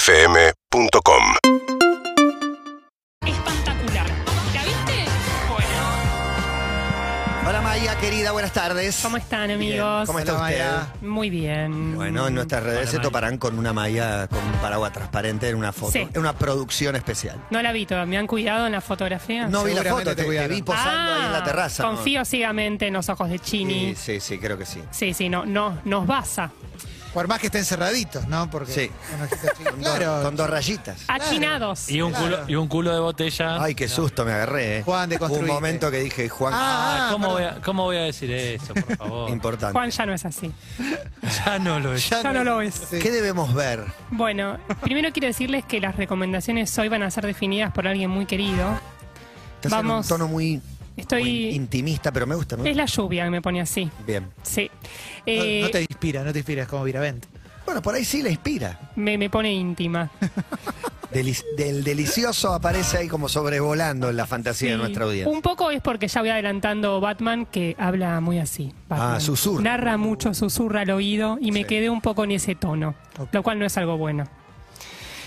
UrbanaPlayFM.com Espantacular. ¿La viste? Bueno. Hola Maya, querida, buenas tardes. ¿Cómo están, Bien. amigos? ¿Cómo está Hola, usted? Maya. Muy bien. Bueno, en nuestras redes Hola, se Mari. toparán con una Maya con un paraguas transparente en una foto. Sí. En una producción especial. No la vi todavía. ¿Me han cuidado en la fotografía? No vi la Seguramente foto, te te, te cuidaron. vi posando ahí en la Ah, terraza. ¿no? Confío ciegamente en los ojos de Chini. Sí, sí, sí, creo que sí. Sí, sí, no, no, nos basa. Por más que estén cerraditos, ¿no? Porque Sí. uno está chico. Con, dos- claro, con dos rayitas. Ah, Achinados. Y un, Claro. culo, y un culo de botella. Ay, qué susto me agarré, eh. Juan, Hubo un deconstruiste. momento que dije, Juan, Ah, ¿Cómo, perdón. voy a, ¿Cómo voy a decir eso, por favor? importante. Juan ya no es así. ya no lo es. Ya no lo es. ¿Qué debemos ver? Bueno, primero quiero decirles que las recomendaciones hoy van a ser definidas por alguien muy querido. Estás en un Vamos. tono muy, Estoy- muy intimista, pero me gusta, ¿no? Es la lluvia que me pone así. Bien. Sí. No, Eh, no te inspira, no te inspira, es como Viravente. Bueno, por ahí sí la inspira. me, me pone íntima. Deli- del delicioso aparece ahí como sobrevolando en la fantasía de Sí. nuestra audiencia. Un poco es porque ya voy adelantando Batman, que habla muy así. Batman. Ah, susurra. Narra mucho, susurra al oído y me Sí. quedé un poco en ese tono, Ok. lo cual no es algo bueno.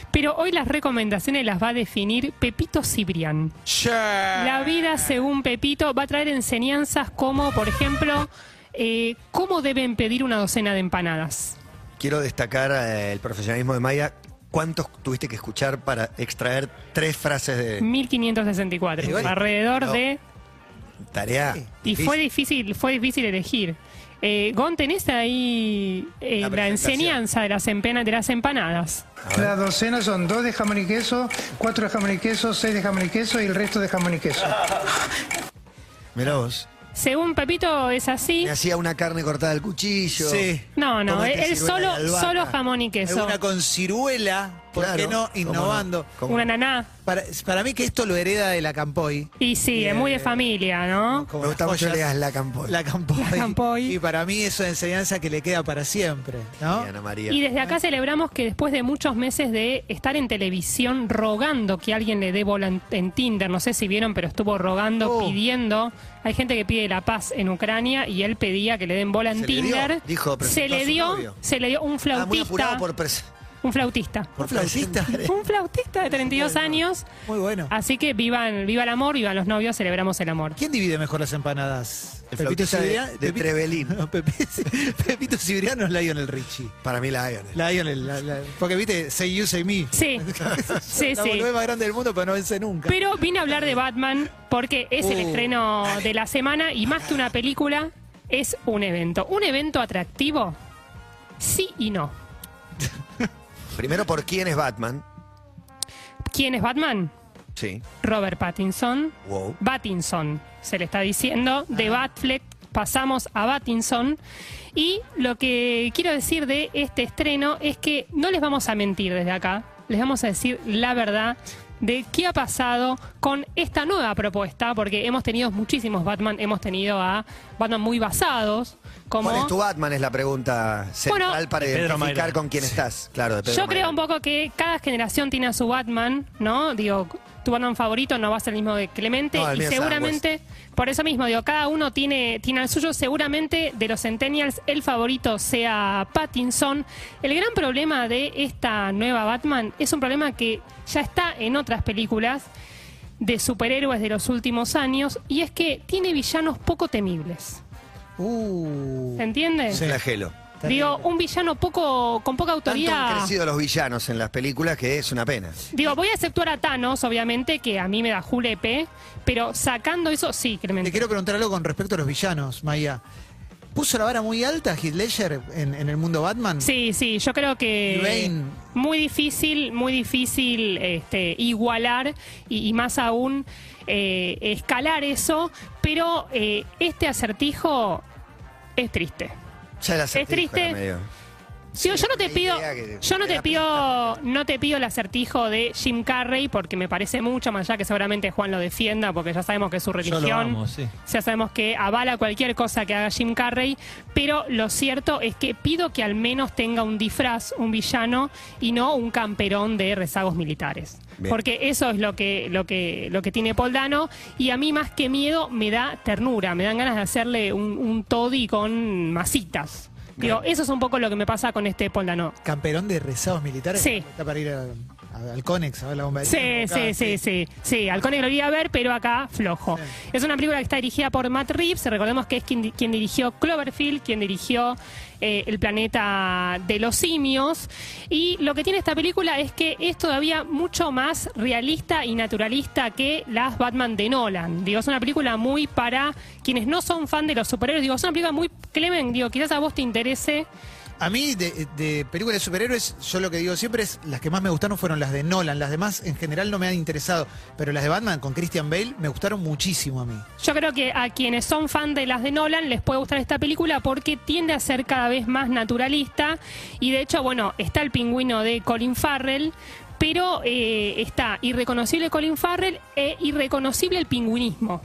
Pero hoy las recomendaciones las va a definir Pepito Cibrián. La vida según Pepito va a traer enseñanzas como, por ejemplo, eh, cómo deben pedir una docena de empanadas. Quiero destacar eh, el profesionalismo de Maya. ¿Cuántos tuviste que escuchar para extraer tres frases Mm. de 1564, Igual, alrededor Eh. no. de tarea? Y difícil? fue difícil, fue difícil elegir. Eh, Gon, tenés ahí eh, La la, presentación. enseñanza de las, empena- de las empanadas. Las docenas son dos de jamón y queso, cuatro de jamón y queso, seis de jamón y queso y el resto de jamón y queso. Mirá vos. Según Pepito, es así. Me hacía una carne cortada al cuchillo. Sí. No, no, Tomate, él, él ciruela y solo, albahaca. solo jamón y queso. Alguna con ciruela, ¿por Claro, qué no? ¿cómo Innovando. no? ¿Cómo Una no? naná. Para, para mí que esto lo hereda de la Campoy. Y sí, es muy de familia, ¿no? como Me gusta las mucho joyas. que le digas la Campoy. La Campoy. La Campoy. Y para mí eso es enseñanza que le queda para siempre, ¿no? Sí, Ana María. Y desde acá celebramos que después de muchos meses de estar en televisión rogando que alguien le dé bola en, en Tinder, no sé si vieron, pero estuvo rogando, Oh. pidiendo. Hay gente que pide la paz en Ucrania y él pedía que le den bola en Se le dio, Tinder. dijo, presentó se a le su dio, novio. se le dio un Ah, muy flautista. apurado por, pres- Un flautista. por flautista. presentar. Un flautista de 32 años. Muy bueno. Así que vivan, viva el amor, vivan los novios, celebramos el amor. ¿Quién divide mejor las empanadas? El flautista de- Cibrián- de Pepito- Trevelin. No, Pepe- Pepito Cibriano o Lionel Richie. Para mí la Lionel. Lionel, la- la- porque viste, say you, say me. Sí, sí, la sí. boludez más grande del mundo, pero no vence nunca. Pero vine a hablar de Batman porque es el Uh. estreno de la semana y más que una película, es un evento. ¿Un evento atractivo? Sí y no. Primero, ¿por quién es Batman? ¿Quién es Batman? Sí. Robert Pattinson. Wow. Battinson, se le está diciendo. De Batfleck pasamos a Battinson. Y lo que quiero decir de este estreno es que no les vamos a mentir desde acá. Les vamos a decir la verdad de qué ha pasado con esta nueva propuesta, porque hemos tenido muchísimos Batman, hemos tenido a Batman muy basados, como... ¿Cuál es tu Batman? Es la pregunta central Bueno, para De Pedro identificar Mayra. con quién estás. Claro, de Pedro Yo creo Mayra. un poco que cada generación tiene a su Batman, ¿no? Digo, tu Batman favorito no va a ser el mismo de Clemente No, el y mío es Adam seguramente, por eso mismo, digo, cada uno tiene, tiene al suyo, seguramente de los Centennials el favorito sea Pattinson. El gran problema de esta nueva Batman es un problema que ya está en otras películas de superhéroes de los últimos años y es que tiene villanos poco temibles. Uh, ¿Se entiende? Un flagelo. Digo, un villano poco con poca Tanto autoridad. han crecido los villanos en las películas que es una pena. Digo, voy a exceptuar a Thanos, obviamente, que a mí me da julepe, pero sacando eso, sí, te Clemente. quiero preguntar algo con respecto a los villanos, Maya. ¿Puso la vara muy alta Heath Ledger en, en el mundo Batman? Sí, sí, yo creo que Y Bane. muy difícil, muy difícil este, igualar y, y más aún eh, escalar eso, pero eh, este acertijo es triste. Ya la acertijo, triste. era medio- Digo, yo no te la pido, idea que- yo no que te la pido, no te pido el acertijo de Jim Carrey porque me parece mucho más allá que seguramente Juan lo defienda porque ya sabemos que es su Yo religión. lo amo, sí. Ya sabemos que avala cualquier cosa que haga Jim Carrey, pero lo cierto es que pido que al menos tenga un disfraz, un villano, y no un camperón de rezagos militares. Bien. Porque eso es lo que, lo que, lo que tiene Poldano, y a mí más que miedo me da ternura, me dan ganas de hacerle un, un toddy con masitas. Digo, eso es un poco lo que me pasa con este Poldano. Camperón de rezados militares. Sí. Está para ir al, al Conex a ver la bomba de Sí, tiempo acá, sí, sí, sí. Sí, Halcón lo iría a ver, pero acá flojo. Es una película que está dirigida por Matt Reeves. Recordemos que es quien, di- quien dirigió Cloverfield, quien dirigió eh, El planeta de los simios. Y lo que tiene esta película es que es todavía mucho más realista y naturalista que las Batman de Nolan. Digo, es una película muy para quienes no son fan de los superhéroes. Digo, es una película muy Clemen. Digo, quizás a vos te interese. A mí, de, de películas de superhéroes, yo lo que digo siempre es, las que más me gustaron fueron las de Nolan, las demás en general no me han interesado, pero las de Batman con Christian Bale me gustaron muchísimo a mí. Yo creo que a quienes son fan de las de Nolan les puede gustar esta película porque tiende a ser cada vez más naturalista y de hecho, bueno, está el pingüino de Colin Farrell, pero eh, está irreconocible Colin Farrell e irreconocible el pingüinismo.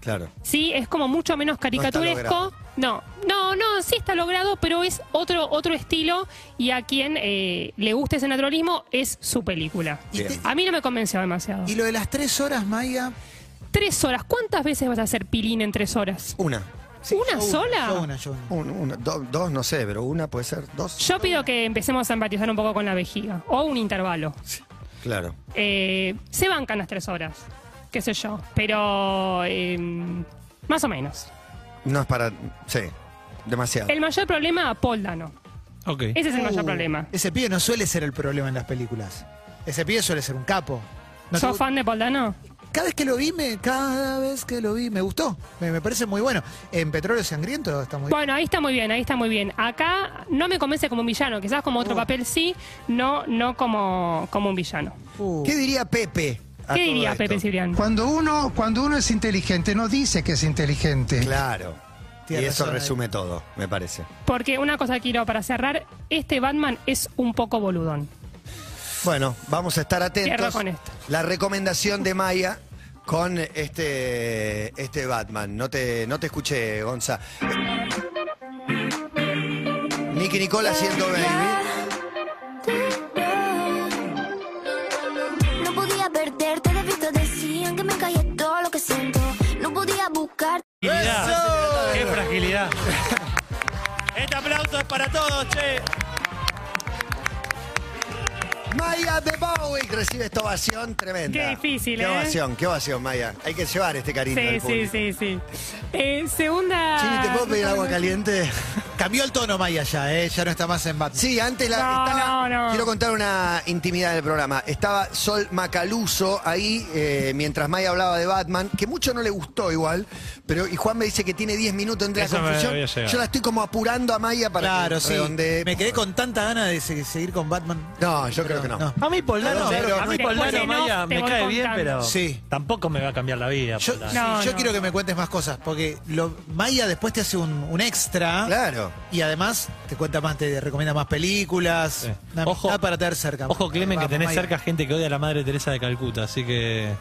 Claro. Sí, es como mucho menos caricaturesco. logrado. No, no, no, sí está logrado, pero es otro, otro estilo y a quien eh, le guste ese naturalismo es su película. Y, Bien. te- A mí no me convenció demasiado. y lo de las tres horas, Maya, Tres horas, ¿cuántas veces vas a hacer pilín en tres horas? Una. ¿Una yo sola? yo una, yo una. Un- una, do- dos, no sé, pero una puede ser. Dos. Yo pido que empecemos a empatizar un poco con la vejiga o un intervalo. Claro. Eh, se bancan las tres horas, qué sé yo, pero eh, más o menos. No es para. Sí. Demasiado. El mayor problema, Poldano. Ok. Ese es el mayor Uh, problema. Ese pibe no suele ser el problema en las películas. Ese pibe suele ser un capo. No ¿Sos te- fan de Poldano? Cada vez que lo vi, me, cada vez que lo vi, me gustó. Me, me parece muy bueno. En Petróleo Sangriento está muy bien. Bueno, ahí está muy bien, ahí está muy bien. Acá no me convence como un villano, quizás como Uh. otro papel sí, no, no como, como un villano. Uh, ¿Qué diría Pepe? a ¿Qué todo diría esto? Pepe Cibrián? Cuando uno, cuando uno es inteligente, no dice que es inteligente. Claro. Y Tiene eso razón ahí. resume todo, me parece. Porque una cosa quiero para cerrar, este Batman es un poco boludón. Bueno, vamos a estar atentos. Cierro con esto. La recomendación de Maya con este, este Batman. No te, no te escuché, Gonza. Nicky Nicola haciendo baby. No podía perderte de vista, decían que me callé todo lo que siento. No podía buscar. Fragilidad. ¡Qué fragilidad! Este aplauso es para todos, che. Maya de Bowie recibe esta ovación tremenda. Qué difícil, Qué ¿eh? ovación, qué ovación, Maya. Hay que llevar este cariño Sí, al sí, público. sí, sí. Eh, segunda. Chini, ¿te puedo pedir agua caliente? Cambió el tono Maya ya, ¿eh? Ya no está más en Batman. Sí, antes la No, estaba- no, no. Quiero contar una intimidad del programa. Estaba Sol Macaluso ahí eh, mientras Maya hablaba de Batman, que mucho no le gustó igual, pero y Juan me dice que tiene 10 minutos entre Eso la me confusión. había llegado. Yo la estoy como apurando a Maya para Claro, que sí. redondee. Me quedé con tanta gana de se- seguir con Batman. No, yo creo que no. No. A mí Poldano, Claro, a mí después Poldano, en Maya, off te me voy cae bien, contando. pero Sí. tampoco me va a cambiar la vida. Yo, Poldano. sí, No, yo no. quiero que me cuentes más cosas, porque lo, Maya después te hace un, un extra Claro. y además te cuenta más, te recomienda más películas. Sí. Una Ojo- amistad para tener cerca. Ojo, Clemen, que Vamos, tenés Maya. cerca gente que odia a la madre Teresa de Calcuta, así que.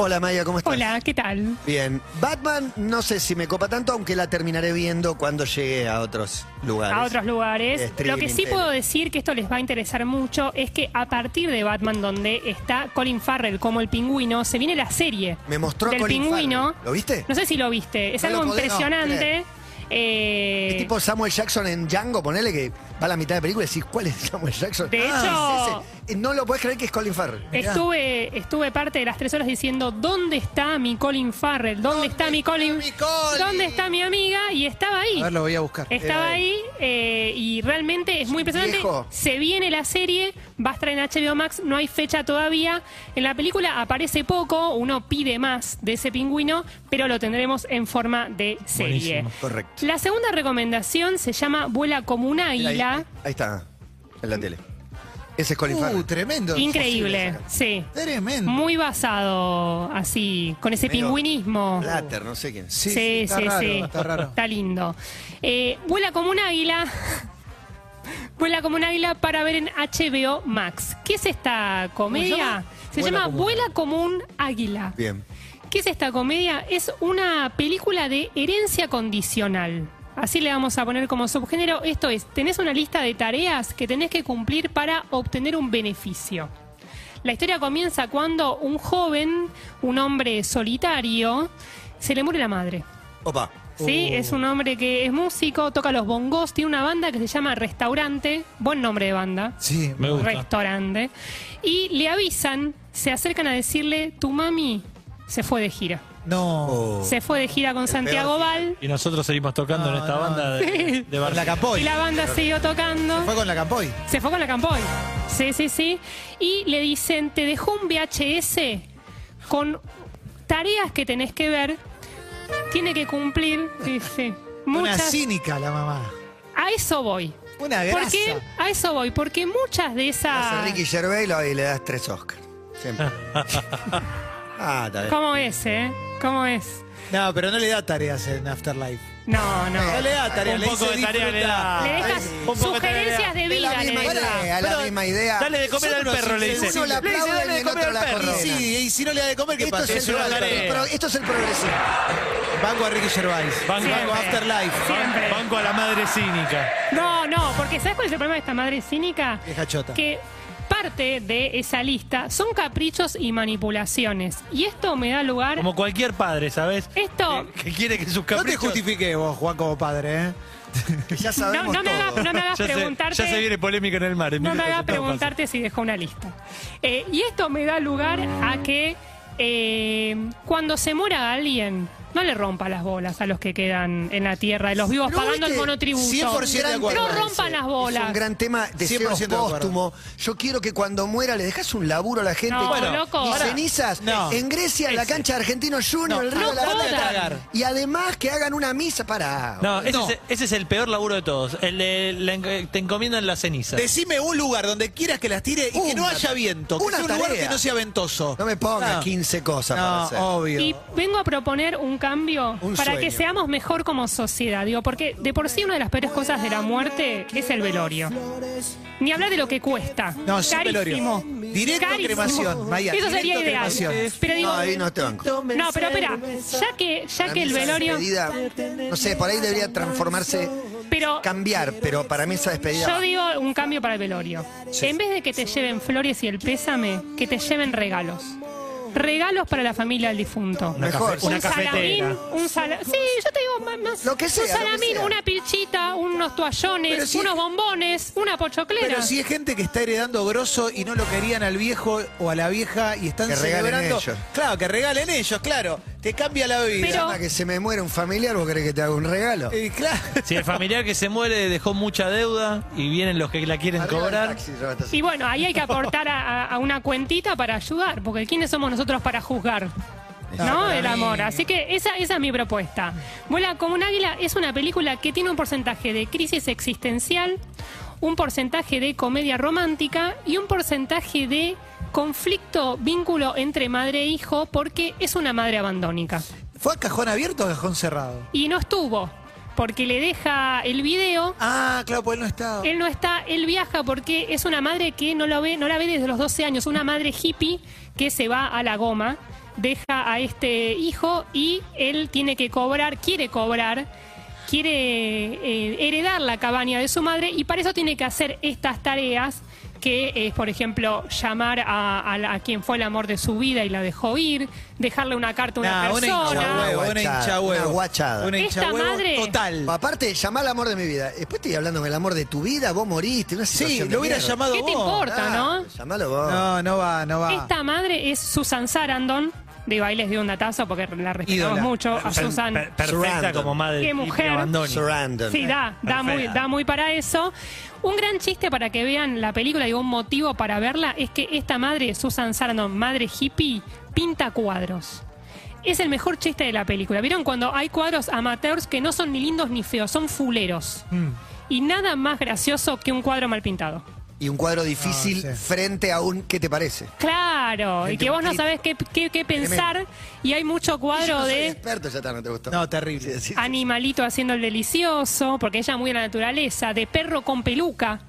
Hola Maya, ¿cómo estás? Hola, ¿qué tal? Bien. Batman, no sé si me copa tanto, aunque la terminaré viendo cuando llegue a otros lugares. A otros lugares. Streaming, Lo que sí tele. puedo decir que esto les va a interesar mucho es que a partir de Batman, donde está Colin Farrell como el pingüino, se viene la serie Me mostró del con pingüino. ¿Lo viste? No sé si lo viste. Es No algo lo podés- no, impresionante. Eh, Es tipo Samuel Jackson en Django, ponele que va a la mitad de película y decís, ¿cuál es Samuel Jackson? De Ah, hecho- es ese. Eh, No lo podés creer que es Colin Farrell. Mirá. Estuve, estuve parte de las tres horas diciendo dónde está mi Colin Farrell, dónde, está mi Colin, mi Colin? dónde está mi amiga y estaba ahí. A ver, lo voy a buscar. Estaba Era ahí eh, y realmente es muy impresionante. viejo. Se viene la serie, va a estar en HBO Max, no hay fecha todavía. En la película aparece poco, uno pide más de ese pingüino, pero lo tendremos en forma de serie. Buenísimo. Correcto. La segunda recomendación se llama Vuela como un Mira, ahí, ¿eh? águila. ahí está, en la tele. Ese es Colin Uh, Farrell. tremendo. Increíble, sacar. sí. Tremendo. Muy basado así, con ese Medio pingüinismo. Blatter, no sé quién. Sí, Sí, está sí, raro, sí. Está raro. Está lindo. Eh, vuela como un águila. vuela como un águila para ver en HBO Max. ¿Qué es esta comedia? Se Vuela llama como un Vuela como un águila. Bien. ¿Qué es esta comedia? Es una película de herencia condicional. Así le vamos a poner como subgénero. Esto es, tenés una lista de tareas que tenés que cumplir para obtener un beneficio. La historia comienza cuando un joven, un hombre solitario, se le muere la madre. Opa. ¿sí? Es un hombre que es músico, toca los bongos, tiene una banda que se llama Restaurante, buen nombre de banda. Sí, Me gusta. Restaurante. Y le avisan, se acercan a decirle, tu mami se fue de gira. no. Oh. Se fue de gira con Santiago Val Y nosotros seguimos tocando en esta no. banda de, de Con Barcelona. la y Campoy. la banda siguió tocando. Fue con la Campoy. Se fue con la Campoy. Sí, sí, sí. Y le dicen, te dejó un VHS con tareas que tenés que ver. Tiene que cumplir. Sí, sí. Una Muchas. cínica la mamá. A eso voy. Una grasa. Porque a eso voy, porque muchas de Hace esas Ricky Gervais y lo- y le das tres Oscars. Siempre. ah, está bien. ¿Cómo es, eh? ¿Cómo es? No, pero no le da tareas en Afterlife. No, no. No le da tareas, Un le poco dice de tarea le da. Le dejas Un poco de tarea. sugerencias de Es la vida. misma le dejas. idea, la Pero misma idea. Dale de comer Son al unos perro, le dice. insensibles. Uno la Le dice, aplaude dale y de el otro comer al la perro. Y condena. sí, y si no le da de comer, ¿qué Esto pasa? es, Es el una progre- tarea. pro- esto es el progresivo. Banco a Ricky Gervais. Banco- Banco a Afterlife. Siempre. Banco a la madre cínica. No, no, porque ¿sabes cuál es el problema de esta madre cínica? Vieja chota. Que parte de esa lista son caprichos y manipulaciones. Y esto me da lugar. Como cualquier padre, ¿sabes? Esto. Que, que quiere que sus No te caprichos... justifiques vos, Juan, como padre, ¿eh? Que ya No, sabemos no me hagas, todo. no me hagas Ya se, preguntarte. ya se viene polémica en el mar. No me Todo hagas pasa. preguntarte si dejó una lista. Eh, y esto me da lugar a que eh, cuando se muera alguien, no le rompa las bolas a los que quedan en la tierra, de los vivos Pero pagando el viste, monotributo. 100% de acuerdo. No rompan las bolas. Es un gran tema de 100% de deseos acuerdo. póstumo. Yo quiero que cuando muera le dejas un laburo a la gente. No, Bueno, loco. y Ahora, cenizas no. en Grecia, en la Ese. cancha de Argentino Junior, No. el Río No de la jodan. Plata. Y además que hagan una misa para. No, ese, No. Es, ese es el peor laburo de todos. El de la en- te encomiendan la ceniza. Decime un lugar donde quieras que las tire y que no Una- haya viento. Que una sea un lugar tarea. que no sea ventoso. No me pongas No. 15 cosas para hacer. No, obvio. Y vengo a proponer un cambio Un para sueño. que seamos mejor como sociedad, digo, porque de por sí una de las peores cosas de la muerte es el velorio. Ni hablar de lo que cuesta. No, sin Carísimo. velorio. Directo Carísimo. cremación, Maya, Eso sería directo ideal. cremación. Pero digo, No, ahí no te banco. no, pero espera, ya que, ya La que el misa de velorio, despedida, no sé, por ahí debería transformarse, pero cambiar, pero para mí esa despedida. yo digo un cambio para el velorio. En vez de que te lleven flores y el pésame, que te lleven regalos. Regalos para la familia del difunto. Mejor. Una un cafetera. salamín, un sala- Sí, yo te digo ma- más. Lo que sea, Un lo que salamín, sea. una pilchita, unos Pero toallones, si- unos bombones, una pochoclera. Pero si es gente que está heredando grosso y no lo querían al viejo o a la vieja y están Que regalen celebrando. ellos. Claro, que regalen ellos, claro. Te cambia la bebida. Pero- Para que se me muera un familiar, ¿vos querés que te haga un regalo? Eh, claro. Si el familiar que se muere dejó mucha deuda y vienen los que la quieren Arriba del cobrar. taxi, Roberto. Y bueno, ahí hay que aportar a, a- a una cuentita para ayudar, porque ¿quiénes somos nosotros para juzgar? ¿No? El amor. Así que esa, esa es mi propuesta. Vuela como un águila es una película que tiene un porcentaje de crisis existencial, un porcentaje de comedia romántica y un porcentaje de conflicto, vínculo entre madre e hijo, porque es una madre abandónica. ¿Fue a cajón abierto o cajón cerrado? Y no estuvo, porque le deja el video Ah, claro, pues él no estaba. él no está, él viaja porque es una madre que no, lo ve, no la ve desde los 12 años, una madre hippie que se va a la goma, deja a este hijo y él tiene que cobrar, quiere cobrar, quiere eh, heredar la cabaña de su madre y para eso tiene que hacer estas tareas que es, por ejemplo, llamar a, a la- a quien fue el amor de su vida y la dejó ir, dejarle una carta a una Nah, una persona. hincha huevo, una Guachada, hincha huevo. una guachada. Una Esta hincha huevo madre- total. Aparte, llamá al amor de mi vida. Después te estoy hablando con el amor de tu vida, vos moriste. Una Sí, situación de lo hubiera mierda. llamado ¿Qué te vos. importa? Ah, ¿no? Llamalo vos. No, no va, no va. Esta madre es Susan Sarandon, de Bailes de un Datazo, porque la respetamos Ídola. mucho a Per- Susan. per- perfecta Sarandon. como madre. Qué y mujer. abandónica. Surrandon. Sí, da, da muy, Perfecto. da muy para eso. Un gran chiste para que vean la película y un motivo para verla es que esta madre, Susan Sarandon, madre hippie, pinta cuadros. Es el mejor chiste de la película. ¿Vieron cuando hay cuadros amateurs que no son ni lindos ni feos, son fuleros? Y nada más gracioso que un cuadro mal pintado. Y un cuadro difícil Ah, sí. frente a un ¿qué te parece? Claro, y Gente que vos no bonita. sabés qué, qué- qué pensar y hay mucho Yo cuadro no soy de... experto, ya está, no te gustó. No, terrible. Sí, sí. animalito haciendo el delicioso, porque ella muy a la naturaleza, de perro con peluca.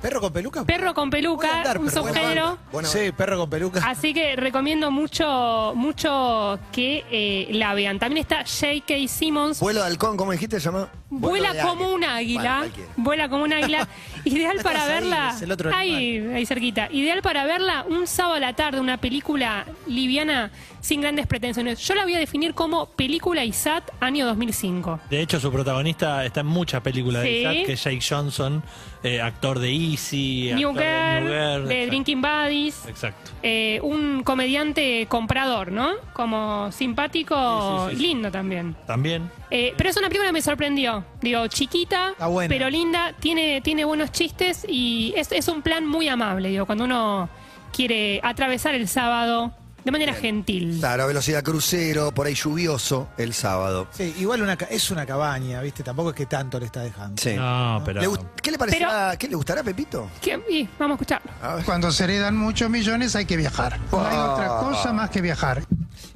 ¿Perro con peluca? Perro con Buen peluca, andar, un perro, buena sombrero. banda. Buena sí, perro con peluca. Así que recomiendo mucho, mucho que eh, la vean. También está J.K. Simmons. Vuelo de halcón, ¿cómo dijiste? Llamado. Vuelo de Vuela como águila. un águila. Bueno, cualquiera. Vuela como un águila. Ideal para Las verla. águilas, el otro ahí, ahí cerquita. Ideal para verla un sábado a la tarde, una película liviana sin grandes pretensiones. Yo la voy a definir como película ISAT año 2005. De hecho, su protagonista está en muchas películas Sí. de Isaac, que es Jake Johnson, eh, actor de Easy, New actor de Girl, New Girl. de exacto. Drinking Buddies. Exacto. Eh, un comediante comprador, ¿no? Como simpático, Sí, sí, sí, sí. lindo también. También. Eh, pero es una película que me sorprendió. Digo, chiquita, Está buena. pero linda, tiene, tiene buenos chistes y es, es un plan muy amable, digo, cuando uno quiere atravesar el sábado de manera gentil. Claro, a velocidad crucero, por ahí lluvioso el sábado. Sí, igual una, ca- es una cabaña, ¿viste? Tampoco es que tanto le está dejando. Sí. No, pero. ¿Le gust- ¿Qué le parecerá? ¿Qué le gustará, Pepito? Que- y vamos a escucharlo. Cuando se heredan muchos millones hay que viajar. No hay Ah. otra cosa más que viajar.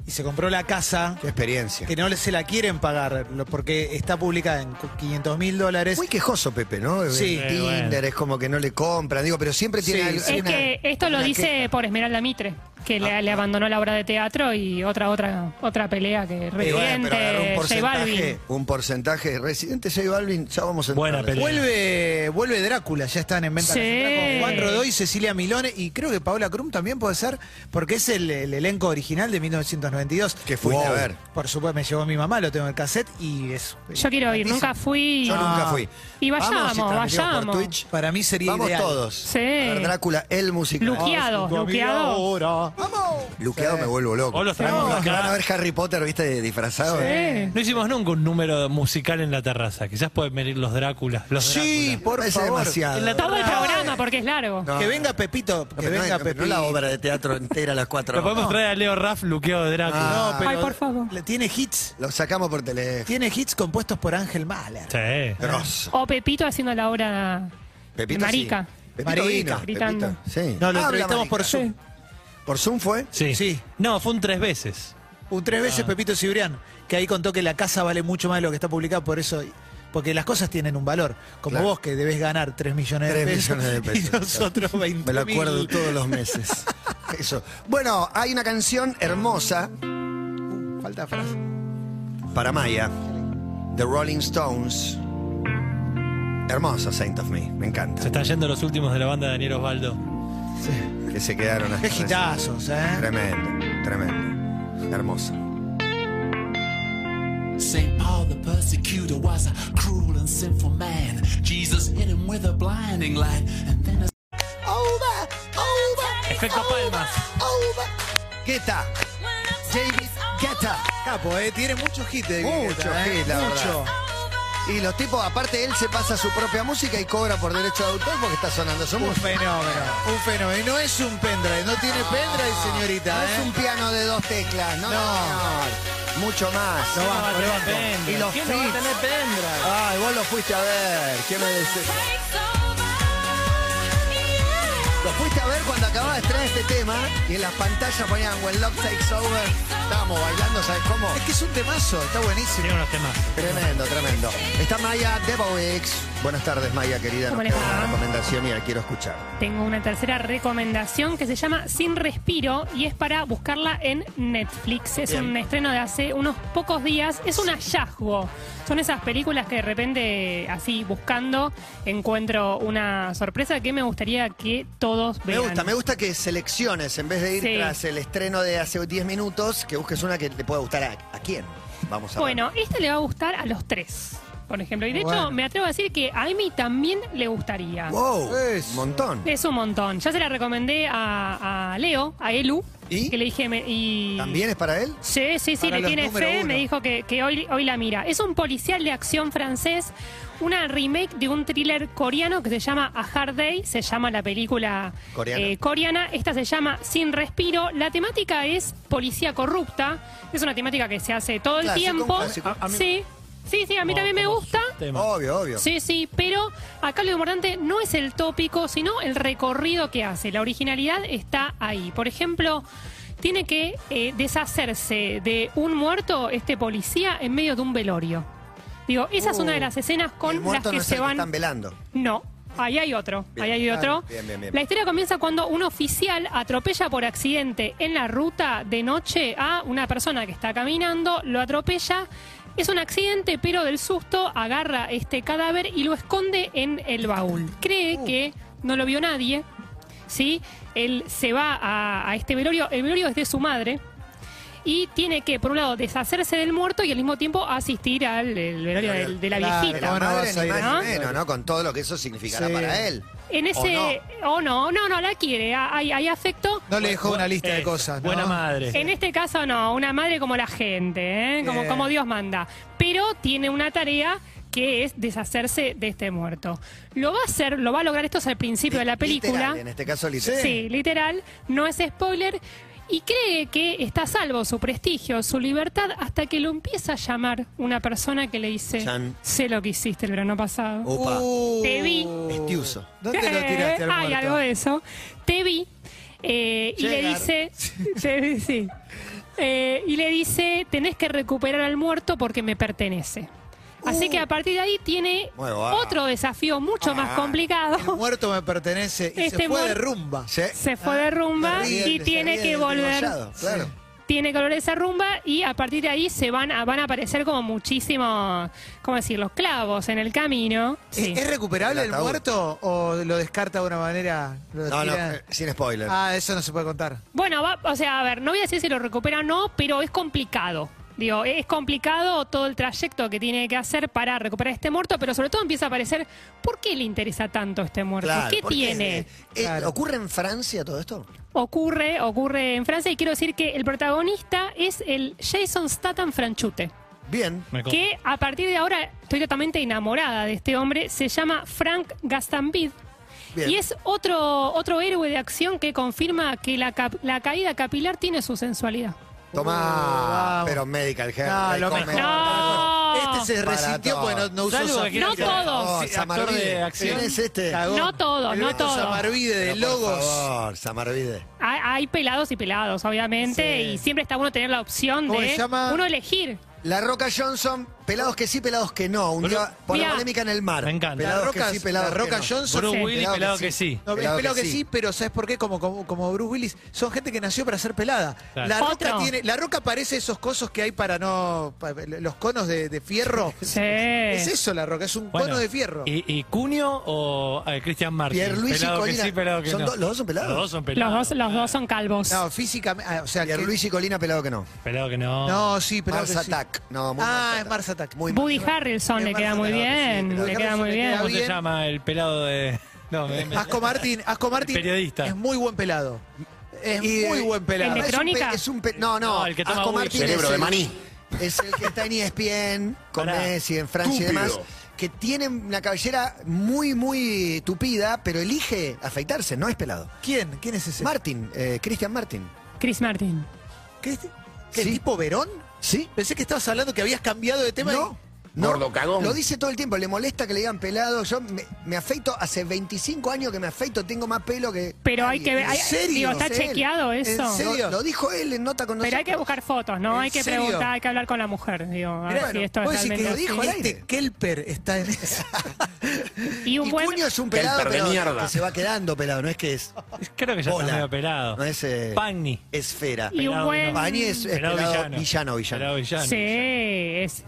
Y se compró la casa Qué experiencia. que no le- se la quieren pagar lo- porque está publicada en 500 mil dólares. Muy quejoso, Pepe, ¿no? Sí. En Eh, Tinder bueno. es como que no le compran, digo, pero siempre tiene Sí, algo- sí. es una- que esto lo una dice queja. Ah. por Esmeralda Mitre, que le, le abandonó la obra de teatro y otra otra otra pelea que Y bueno, pero agarró reviente, un J Balvin. porcentaje, un porcentaje de residente J Balvin, ya vamos a entrar. Buena pelea. Vuelve, vuelve Drácula, ya están en venta Sí. las entradas con Juan Rodoy, Cecilia Milone y creo que Paola Krum también puede ser, porque es el, el elenco original de 1992. Que fuiste a ver. Por supuesto, me llevó mi mamá, lo tengo en el cassette y es. eh, Yo quiero ir, nunca fui. Yo nunca fui. Y vayamos, Vamos, si transmitimos por vayamos. Twitch. Para mí sería Vamos ideal. todos. Sí. A ver, Drácula, el musical. Luqueado. Luqueados, Vamos, luqueados. ahora. Luqueado me vuelvo loco. O los traemos Los que acá. van a ver Harry Potter, viste, disfrazado. Sí. No hicimos nunca un número musical en la terraza. Quizás pueden venir los Dráculas. Los Sí, Dráculas. por Parece favor. demasiado. En la Todo el tarde- programa porque es largo. No. Que venga Pepito, No, que pero no, venga no, pero Pepito. no la obra de teatro entera a las cuatro Lo podemos traer a Leo Raff, Luqueado de Drácula. No, pero Ay, por favor. le- Tiene hits. Lo sacamos por teléfono. Tiene hits compuestos por Ángel Mahler. Sí. Grosso. O Pepito haciendo la obra Pepito, de Marica. sí. Pepito Marica. vino. Gritando. Pepito, Sí. No, lo Habla entrevistamos por Marica. Zoom. ¿Por Zoom fue? Sí. Sí. No, fue un tres veces. Un tres Ah. veces Pepito Cibrián, que ahí contó que la casa vale mucho más de lo que está publicado, por eso. Porque las cosas tienen un valor. Como Claro. vos que debes ganar 3 millones de Tres pesos. millones de pesos, Y claro. nosotros Me 20 lo acuerdo todos los meses. Eso. Bueno, hay una canción hermosa Falta frase. para Maya, The Rolling Stones. Hermosa Saint of Me, me Se encanta. están yendo los últimos de la banda de Daniel Osvaldo. Que se quedaron Qué hasta gitazos, ¿eh? Tremendo, tremendo. Hermosa. St. Paul the persecutor was a cruel and sinful man. Jesus hit him with a blinding light, and then a Efecto Palmas. Guetta, David Guetta. Capo, ¿eh? Tiene muchos hits de Mucho Guetta, ¿eh? hit, la Mucho. Y los tipos, aparte él se pasa su propia música y cobra por derecho de autor porque está sonando su Un música. fenómeno. Un fenómeno. Y no es un pendrive. No tiene pendrive, señorita, Ah, No ¿eh? es un piano de dos teclas, no, No. señor. Mucho más. No va, Ah, no te va. va a tener. Y los ¿Quién no va a Fits. tener pendrive? Ay, vos lo fuiste a ver. ¿Qué me decís? Lo fuiste a ver cuando acababa de estrenar este tema y en las pantallas ponían When Love Takes Over. Estábamos bailando, ¿sabes cómo? Es que es un temazo. Está buenísimo. Tiene unos temas. Tremendo, tremendo. Está Maya Debowicz. Buenas tardes, Maya, querida. Nos ¿Cómo queda les va? una recomendación y la quiero escuchar. Tengo una tercera recomendación que se llama Sin Respiro y es para buscarla en Netflix. Es Bien. un estreno de hace unos pocos días. Es un hallazgo. Son esas películas que de repente, así buscando, encuentro una sorpresa que me gustaría que todos Me vean. gusta, me gusta que selecciones, en vez de ir Sí. tras el estreno de hace 10 minutos, que busques una que te pueda gustar a, a quién. Vamos a ver. Bueno, esta le va a gustar a los tres, por ejemplo. Y de Bueno. hecho, me atrevo a decir que a Amy también le gustaría. Wow, Eso. un montón. Es un montón. Ya se la recomendé a, a Leo, a Elu, ¿Y? que le dije... me- y... ¿También es para él? Sí, sí, sí, Para le los tiene número fe, uno. me dijo que, que hoy, hoy la mira. Es un policial de acción francés, una remake de un thriller coreano que se llama A Hard Day, se llama la película Coreana. eh, coreana. Esta se llama Sin Respiro. La temática es policía corrupta, es una temática que se hace todo el Clásico, un tiempo. clásico. A- a mí- sí, sí, sí, a mí Como- también me como gusta. subtema. Obvio, obvio. Sí, sí, pero acá lo importante no es el tópico, sino el recorrido que hace. La originalidad está ahí. Por ejemplo, tiene que eh, deshacerse de un muerto, este policía, en medio de un velorio. Digo, esa es una de las escenas Uh. el con las muerto que no es se el van. están velando. No, ahí hay otro. Bien, ahí hay otro. ah, bien, bien, bien. La historia comienza cuando un oficial atropella por accidente en la ruta de noche a una persona que está caminando, lo atropella Es un accidente, pero del susto agarra este cadáver y lo esconde en el baúl. Cree Uh. que no lo vio nadie, ¿sí? Él se va a, a este velorio, el velorio es de su madre, y tiene que, por un lado, deshacerse del muerto y al mismo tiempo asistir al el velorio del- de, la Claro, De viejita. la ¿Cómo no madre vas ni a ir más a- ni menos, ¿no? Con todo lo que eso significará Sí. para él. En ese. O no, no, no, la quiere. Ah, Hay, hay afecto. No le dejó una lista de Eso, cosas, ¿no? Buena madre. En este caso no, una madre como la gente, ¿eh? como, Eh. como Dios manda. Pero tiene una tarea que es deshacerse de este muerto. Lo va a hacer, lo va a lograr, esto es al principio de la película. Literal, en este caso, Sí. literal. literal, no es spoiler. Y cree que está a salvo su prestigio, su libertad, hasta que lo empieza a llamar una persona que le dice, Chan. Uh. sé lo que hiciste el verano pasado. Opa. Uh. Te vi. Estiuso. ¿Dónde lo tiraste al Hay muerto? algo de eso. Te vi. eh, y le Llegar. dice. te vi, sí. Eh, y le dice: Tenés que recuperar al muerto porque me pertenece. Uh. Así que a partir de ahí tiene Muy bueno. otro desafío mucho más complicado. Ah. El muerto me pertenece y Este se fue de muer- rumba. Sí. Se fue de rumba Ríe, y se tiene ríe que del volver. degollado, Claro. Tiene que volver esa rumba y a partir de ahí se van a, van a aparecer como muchísimos, ¿cómo decirlo? Clavos en el camino. Sí. ¿Es, es recuperable El el, ataúd. muerto o lo descarta de una manera? Lo No, no, tira? eh, sin spoiler. Ah, eso no se puede contar. Bueno, va- o sea, a ver, no voy a decir si lo recupera o no, pero es complicado. Digo, es complicado todo el trayecto que tiene que hacer para recuperar este muerto, pero sobre todo empieza a aparecer por qué le interesa tanto este muerto, Claro, qué porque, tiene. eh, eh, Claro. ¿Ocurre en Francia todo esto? Ocurre, ocurre en Francia y quiero decir que el protagonista es el Jason Statham Franchute, Bien. Me copa. que a partir de ahora estoy totalmente enamorada de este hombre, se llama Frank Gastambide. Bien. Y es otro, otro héroe de acción que confirma que la, cap- la caída capilar tiene su sensualidad. Tomá, Wow. pero Medical eh, Hair. Uh, No, lo recomen- mejor. No. Este se Para resintió todo. porque no, no usó Ah. Salvo que No quiera ser todos. Oh, actor Samarvide. de acción. ¿Quién es este? Cagó. No todo, El no Beto todo. Samarvide de Pero Por Logos. favor, Samarvide. Hay, hay pelados y pelados, obviamente, Sí. y siempre está bueno tener la opción ¿Cómo de se llama? uno elegir. La Roca Johnson, pelados que sí, pelados que no. Un Pero- día por Mirá. la polémica en el mar. Me encanta. Pelados La Roca, que sí, pelados la Roca que no. Johnson. Bruce Sí. Willis, pelado que sí. No, Pelado espero que que, sí. sí. pero ¿sabes por qué? Como, como, como Bruce Willis, son gente que nació para ser pelada. Claro. La, roca Otro. tiene, la roca parece esos cosos que hay para no. pa- los conos de, de fierro. Sí. Es eso la roca, es un Bueno, cono de fierro. ¿Y, y Cunio o eh, Cristian Martín? Pierluisi y pelado que Colina. sí, pelado que ¿Son no. dos- los dos son pelados? Los dos son Los pelados. dos, los dos son calvos. No, físicamente. ah, o sea, que- Luis y Colina, pelado que no. Pelado que no. No, sí, pero. Mars Attack. No, muy Ah, Mars es Mars Attack. Muy Woody Mars Harrelson le Es queda muy Marcelo, bien, sí, pero le queda Harrelson muy le queda bien. ¿Cómo se bien. llama el pelado de.? No, me- me- Asco Martin, Asco Martin Periodista. es muy buen pelado. Es Y- muy buen pelado. ¿El de Ah, Es un Crónica? pe- Es un pe- no, no, No, el que toma Asco Woody. Martin Cerebro es de el- maní. Es el que está en E ESPN, con Pará. Messi, en Francia y demás. Estúpido. Que tiene una cabellera muy, muy tupida, pero elige afeitarse, no es pelado. ¿Quién? ¿Quién es ese? Martin, eh, Christian Martin. Chris Martin. ¿Qué, este? qué Sí. tipo Verón? ¿Sí? Pensé que estabas hablando que habías cambiado de tema. No. No, Gordo cagón. lo dice todo el tiempo, le molesta que le digan pelado. Yo me, me afeito, hace 25 años que me afeito, tengo más pelo que. Pero hay nadie. que ver, ¿en hay- serio? digo, está ¿Es él? chequeado ¿En eso. serio? Lo, lo dijo él en nota con Pero nosotros. hay que buscar fotos, ¿no? ¿En Hay que serio? preguntar, hay que hablar con la mujer, digo, a Mirá, ver si Ah, esto es vos decís que realmente- lo dijo al este aire. Kelper está en esa. Y un y buen Cuño es un Que el pelado per de pero mierda. que se va quedando pelado, no es que es Creo que ya Hola. está medio pelado. no es eh, Pagni. esfera. y un pelado, buen no. Pagni es, es Pelado pelado villano. villano, villano. Pelado villano. Sí, es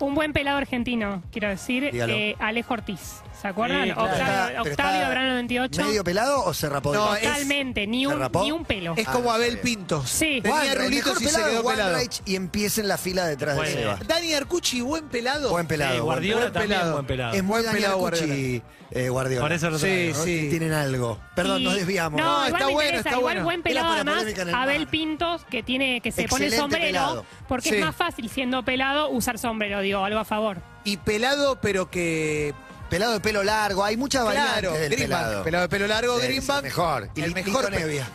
un buen pelado argentino, quiero decir, Dígalo. eh, Alejo Ortiz. ¿Se acuerdan? Sí, claro. Está- Octavio, pero está Octavio Abrano 98. ¿Medio pelado o se rapó? de No, más? es- Totalmente, ni ¿Se un, rapó? ni un pelo. Es Ah, como no Abel sabía. Pintos. Sí. Tenía Juan, el rulitos mejor y se pelado quedó Juan pelado. Reich y empieza en la fila detrás Bueno. de Seba. Dani Arcucci, buen pelado. Buen pelado. Sí, buen Guardiola pelado. también buen pelado. Es muy Buen pelado pelado Guardiola. Eh, Guardiola. Por eso lo Sí, traigo. sí. Tienen algo. Perdón, Y- nos desviamos. No, No, igual está me bueno, interesa, está igual bueno. buen Era pelado por la además, polémica en el Abel mar. Pintos, que tiene que se pone el Excelente sombrero, pelado. porque Sí. es más fácil siendo pelado usar sombrero, digo, algo a favor. Y pelado, pero que. Pelado de pelo largo. Hay muchas Claro, variantes del Greenback. Pelado. pelado. de pelo largo, Sí, es el Greenback. mejor. Y el Lito mejor. pe- Nevia.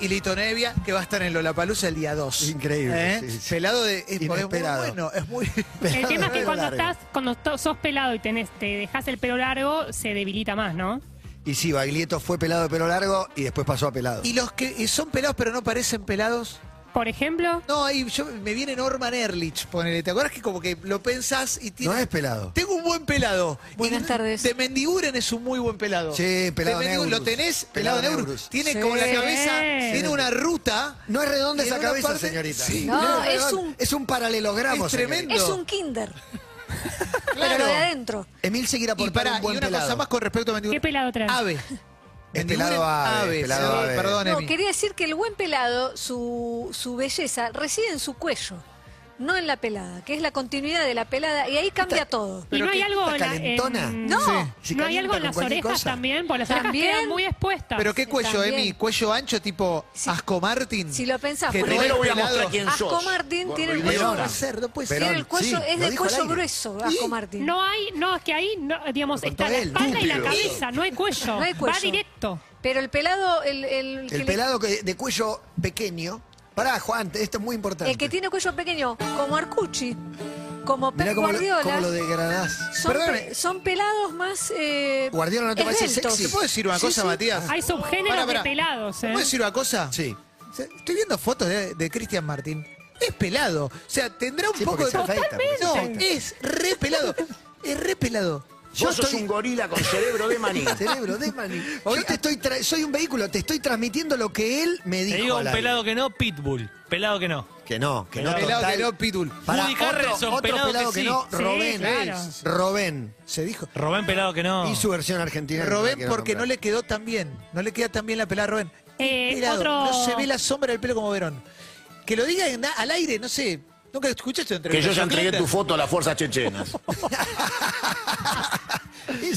Y Lito Nevia, que va a estar en Lollapalooza el día 2. Increíble, ¿Eh? sí, sí. Pelado de. Es, es muy Inesperado. bueno, es muy. El Pelado tema es que de pelo cuando largo. estás, cuando to- sos pelado y tenés, te dejas el pelo largo, se debilita más, ¿no? Y sí, Baglietto fue pelado de pelo largo y después pasó a pelado. Y los que son pelados pero no parecen pelados. por ejemplo? No, ahí yo, me viene Norman Erlich, ponele. ¿Te acuerdas que como que lo pensás y tiene. No es pelado. Tengo un buen pelado. Buenas Y tardes. De Mendiguren es un muy buen pelado. Sí, pelado De Neurus. Mendiguren, Lo tenés, Pelado pelado, Neurus. Neurus. Tiene Sí. como la cabeza, Sí. tiene una ruta. No es redonda Y en esa una cabeza, parte- señorita. Sí. No, es es redonda. un- Es un paralelogramo. Es señor. tremendo. Es un kinder. Pero Claro. lo de adentro. Emil seguirá Y por pará, un y buen una pelado. cosa más con respecto a ¿Qué Mendiguren. pelado traes? Ah, Ave. Es Mendiguren, pelado Este ave, pelado sí, ave. Perdón, No, Emi. quería decir que el buen pelado, su, su belleza, reside en su cuello, no en la pelada, que es la continuidad de la pelada, y ahí cambia todo. ¿Y Pero no hay que- algo está en la- calentona. en- No, Se ¿No hay calienta algo en con las cualquier orejas cosa. también? Porque las orejas También. quedan muy expuestas. Pero qué cuello, También. Emi, cuello ancho tipo Si- Asco Martin. si lo pensás, Que por tenés ejemplo, pelado. Asco Martín tiene el cuello Gorribiona. No puede grueso. ser, no puede ser. Pero- Tiene el cuello, sí, es lo de dijo al cuello aire. grueso, Asco Martín. No hay, no, es que ahí, no, digamos, Lo contó está la él, espalda y la estúpido. cabeza, no hay cuello. No hay cuello. Va directo. Pero el pelado, el, el que El le- pelado que, de cuello pequeño. Pará, Juan, esto es muy importante. el que tiene cuello pequeño, como Arcucci, como Pep Mirá cómo lo, Guardiola, cómo lo degradás. son, pe- Perdón, son pelados más. Eh, Guardiola, ¿no te parece esbeltos. sexy? ¿Te puedo decir una Sí, cosa, sí. Matías? Hay subgéneros Pará, pará. de pelados, ¿Te ¿eh? puedo decir una cosa? Sí. O sea, Estoy viendo fotos de, de Cristian Martín. Es pelado. O sea, tendrá un Sí, poco porque de. se afeita, porque se No, afeita. es re pelado. Es re pelado. Yo estoy un gorila con cerebro de maní. cerebro de maní. Yo te estoy tra- soy un vehículo, te estoy transmitiendo lo que él me dijo. Te digo un al aire. pelado que no, Pitbull. Pelado que no. que no, que no Pelado Pelado total. que no, Pitul. Pará, Woody otro- Harrelson, otro, pelado que sí. no, Sí, Robén. claro. Sí, sí, sí. Robén. Se dijo. Robén pelado que no. Y su versión argentina. Robén que quiero porque no nombrar. le quedó tan bien. No le queda tan bien la pelada a Robén. Eh, Es pelado, otro- No se ve la sombra del pelo como Verón. Que lo diga en- al aire, no sé. Nunca escuchaste una Que entrevista. yo ya entregué tu foto a las fuerzas chechenas.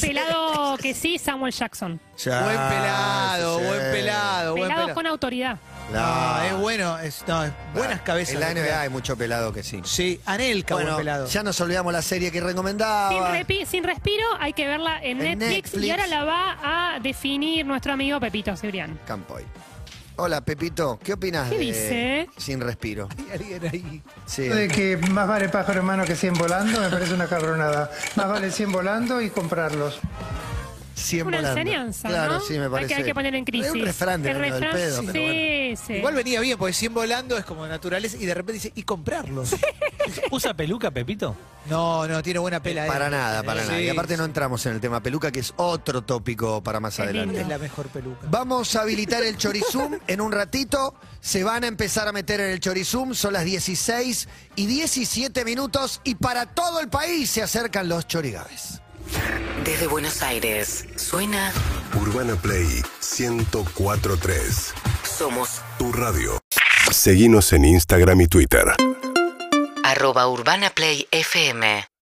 Pelado que sí, Samuel Jackson. Ya, Buen pelado, Ah, sí, sí. buen pelado, buen Pelados pelado. con autoridad. No, es bueno, es, no, es buenas cabezas. Ah, En la NBA hay mucho pelado que sí. Sí, Anelka, Bueno, buen pelado. ya nos olvidamos la serie que Sin, recomendaba. repi- sin respiro, hay que verla en, Ah, En Netflix, Netflix. y ahora la va a definir nuestro amigo Pepito Cibrián. Campoy. Hola, Pepito, ¿qué opinas ¿Qué de dice? Sin Respiro? Hay alguien ahí. Sí. De que más vale pájaro en mano que 100 volando, me parece una cabronada. Más vale 100 volando y comprarlos. Cien Una volando. enseñanza, Claro, ¿no? sí, me Hay parece. que- hay que poner en crisis. Es un refrán El del año del refrán, pedo, pero bueno. sí, sí. Igual venía bien, porque 100 volando es como naturales y de repente dice, y comprarlos. ¿Usa peluca, Pepito? No, no, tiene buena pela. eh. Para nada, para nada. Sí, Y aparte no sí, entramos en el tema peluca, que es otro tópico para más Qué adelante. Es la mejor peluca. Vamos a habilitar el Chorizum en un ratito. Se van a empezar a meter en el Chorizum. Son las 16 y 17 minutos. Y para todo el país se acercan los chorigaves. Desde Buenos Aires, suena Urbana Play 1043. Somos Tu radio. Seguinos en Instagram y Twitter. arroba Urbana Play FM.